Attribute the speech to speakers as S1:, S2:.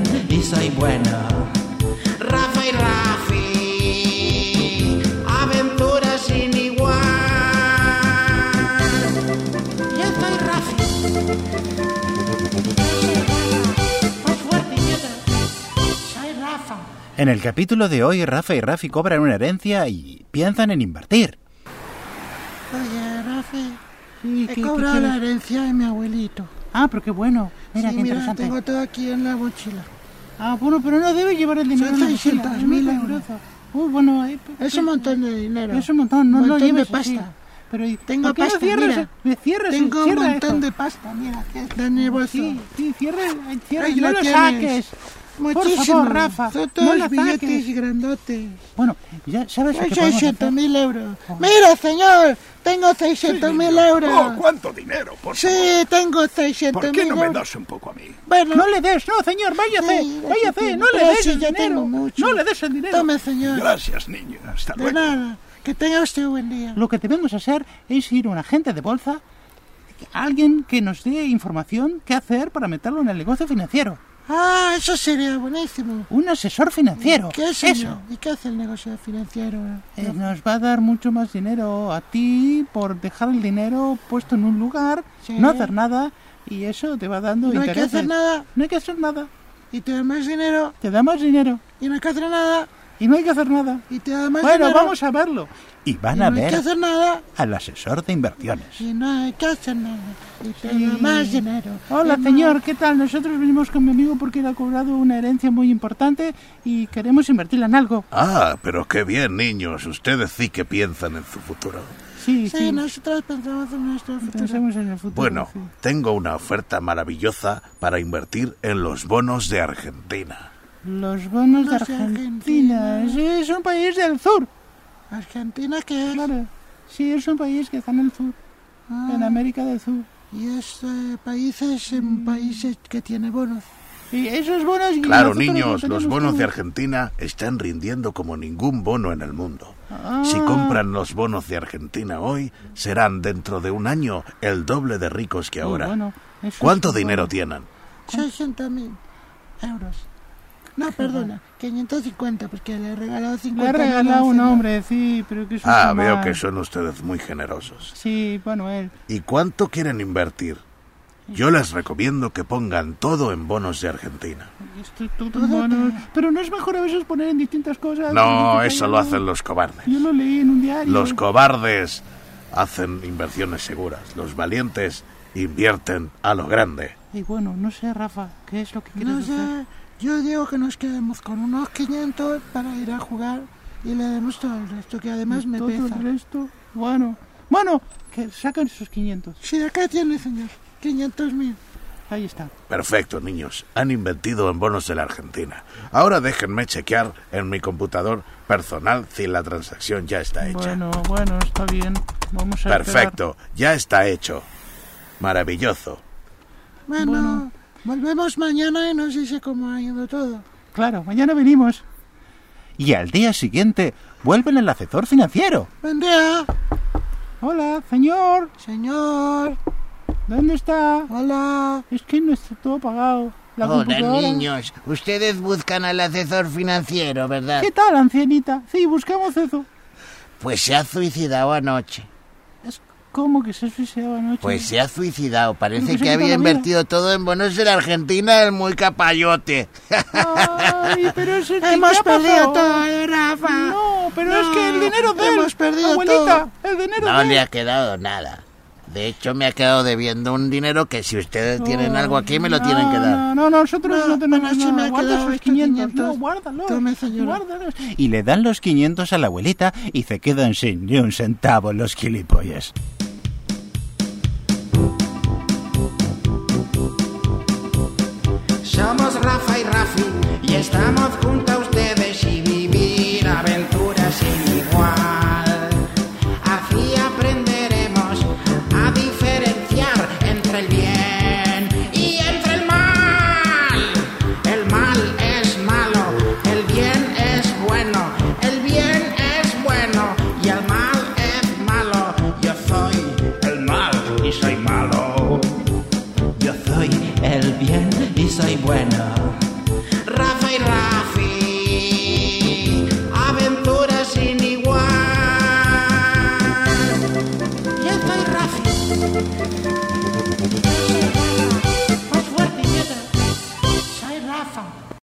S1: muy bueno. Rafa y Rafi, aventuras sin igual. Yo soy Rafi. Más fuerte, idiota. Soy Rafa.
S2: En el capítulo de hoy, Rafa y Rafi cobran una herencia y piensan en invertir.
S3: Oye, Rafi,
S2: Sí,
S3: he cobrado la herencia de mi abuelito.
S2: Ah, pero qué bueno. Mira,
S3: sí,
S2: qué
S3: mira,
S2: interesante.
S3: tengo todo aquí en la mochila.
S2: Ah, bueno, pero no debes llevar el dinero
S3: Son
S2: en la mochila.
S3: 600.000
S2: es mil
S3: euros.
S2: euros. Uh, bueno, eh, pe-
S3: Es un montón de dinero.
S2: Es un montón, no lo
S3: Montón de
S2: lleves
S3: pasta.
S2: así. Pero, ¿y
S3: Tengo
S2: ¿por qué no
S3: pasta,
S2: cierras?
S3: mira.
S2: Me cierras,
S3: Tengo un
S2: cierra
S3: montón
S2: esto.
S3: de pasta, mira, aquí está en el bolso.
S2: Sí, sí, cierra, ay, cierra,
S3: Ahí
S2: no
S3: la
S2: lo
S3: tienes.
S2: saques.
S3: Muchísimo,
S2: Por favor, Rafa,
S3: Son
S2: no
S3: todos
S2: la
S3: billetes
S2: saques.
S3: grandotes.
S2: Bueno, ya sabes
S3: Son
S2: que podemos
S3: 600
S2: hacer. Oh.
S3: mil euros. Mira, señor, tengo 600 mil euros.
S4: Oh, ¿cuánto dinero? Por favor.
S3: sí, tengo 600
S4: ¿Por qué
S3: mil
S4: no me
S3: euros.
S4: das un poco a mí?
S3: Bueno,
S2: No le des, no, señor, váyase,
S3: Sí, aquí
S2: váyase,
S3: tiene.
S2: no le
S3: Pero
S2: des
S3: si
S2: el
S3: yo
S2: dinero.
S3: tengo mucho.
S2: No le des el dinero.
S3: tome, señor.
S4: Gracias, niño. Hasta
S3: De
S4: luego.
S3: nada. Que tenga usted un buen día.
S2: Lo que debemos hacer es ir a un agente de bolsa, alguien que nos dé información qué hacer para meterlo en el negocio financiero.
S3: Ah, eso sería buenísimo.
S2: Un asesor financiero.
S3: ¿Qué es
S2: Eso.
S3: eso? ¿Y qué hace el negocio financiero?
S2: Eh, nos va a dar mucho más dinero a ti por dejar el dinero puesto en un lugar,
S3: Sí.
S2: no hacer nada, y eso te va dando
S3: No hay que
S2: intereses.
S3: hacer nada
S2: No hay que hacer nada.
S3: y te da más dinero
S2: Te da más dinero
S3: y no hay que hacer nada
S2: y no hay que hacer nada.
S3: y te da más
S2: bueno,
S3: dinero.
S2: vamos a verlo. Y
S3: y
S2: van a
S3: no hay
S2: ver
S3: que hacer nada
S2: al asesor de inversiones.
S3: y no hay que hacer nada y te
S2: Sí.
S3: da más dinero.
S2: Hola
S3: Y no-
S2: señor, ¿qué tal? Nosotros venimos con mi amigo porque él ha cobrado una herencia muy importante y queremos invertirla en algo.
S4: Ah, pero qué bien, niños. Ustedes sí que piensan en su futuro.
S2: Sí, sí,
S3: Sí, nosotros pensamos en nuestro futuro.
S2: pensemos en el futuro.
S4: Bueno,
S2: sí.
S4: tengo una oferta maravillosa para invertir en los bonos de Argentina.
S2: Los bonos de
S3: Los de
S2: Argentina.
S3: Argentina.
S2: Sí, es un país del sur.
S3: Argentina que es
S2: Claro. Sí, es un país que está en el sur,
S3: Ah,
S2: en América del Sur.
S3: y es eh, países
S2: Mm.
S3: en países que tiene bonos.
S2: Y esos bonos... y
S4: Claro,
S2: nosotros
S4: niños,
S2: tenemos
S4: los bonos
S2: todo.
S4: de Argentina están rindiendo como ningún bono en el mundo.
S2: Ah.
S4: Si compran los bonos de Argentina hoy, serán dentro de un año el doble de ricos que
S2: Muy
S4: ahora.
S2: bueno, eso es
S4: ¿Cuánto
S2: muy
S4: dinero
S2: bueno.
S4: tienen?
S3: 60 mil euros. No, perdona, 550 porque le he regalado 50.
S2: Le ha
S3: mil
S2: regalado
S3: al
S2: un
S3: señor.
S2: hombre, sí, pero que es un
S4: Ah,
S2: chamán.
S4: veo que son ustedes muy generosos.
S2: Sí, bueno, él.
S4: ¿Y cuánto quieren invertir? Yo les recomiendo que pongan todo en bonos de Argentina.
S2: Estoy todo en bonos. Pero no es mejor a veces poner en distintas cosas.
S4: No,
S2: en distintas-
S4: eso lo hacen los cobardes.
S2: Yo lo leí en un diario.
S4: Los cobardes hacen inversiones seguras. Los valientes invierten a lo grande.
S2: Y bueno, no sé, Rafa, ¿qué es lo que quieres
S3: No
S2: hacer?
S3: sé, yo digo que nos quedemos con unos 500 para ir a jugar y le demos todo el resto, que además me
S2: Todo
S3: pesa.
S2: el resto. Bueno, bueno, que sacan esos 500.
S3: Sí, acá tiene, señor, 500 mil.
S2: Ahí está.
S4: Perfecto, niños. Han invertido en bonos de la Argentina. Ahora déjenme chequear en mi computador personal si la transacción ya está hecha.
S2: Bueno, bueno, está bien. Vamos a
S4: Perfecto, ya está hecho. Maravilloso.
S3: Bueno,
S2: Bueno.
S3: volvemos mañana y nos dice cómo ha ido todo.
S2: esperar. Claro, mañana venimos.
S5: Y al día siguiente vuelven al asesor financiero.
S3: Buen día,
S2: Hola, señor.
S3: señor.
S2: ¿Dónde está?
S3: Hola.
S2: Es que no está todo apagado. La
S1: Hola
S2: computadora-
S1: niños, ustedes buscan al asesor financiero, ¿verdad?
S2: ¿Qué tal, ancianita? Sí, buscamos eso.
S1: Pues se ha suicidado anoche.
S2: Es como que se suicidó anoche.
S1: Pues se ha suicidado,
S2: Creo
S1: parece
S2: que se
S1: que
S2: ha
S1: había
S2: quitado la vida.
S1: invertido todo en bonos de la Argentina, el muy capayote.
S2: Ay, pero eso es que
S3: Hemos
S2: ya
S3: perdido
S2: pasó.
S3: todo, eh, Rafa.
S2: No, pero
S3: No,
S2: es que el dinero de él,
S3: hemos perdido
S2: abuelita, el dinero
S1: No
S2: de él.
S1: le ha quedado nada. De hecho, me ha quedado debiendo un dinero que si ustedes tienen algo aquí, me lo
S2: No,
S1: tienen que dar.
S2: No, no, nosotros no,
S3: No,
S2: tenemos
S3: bueno, sí me
S2: nada.
S3: ha
S2: Guarda
S3: quedado
S2: esos
S3: estos
S2: 500.
S3: 500.
S2: No, guárdalos.
S3: Tome, señora.
S2: Guárdalos.
S5: Y le dan los 500 a la abuelita y se quedan sin ni un centavo los gilipollas.
S1: Somos Rafa y Rafi y estamos junto a ustedes y vivir aventuras sin igual. Así aprenderemos a diferenciar entre el bien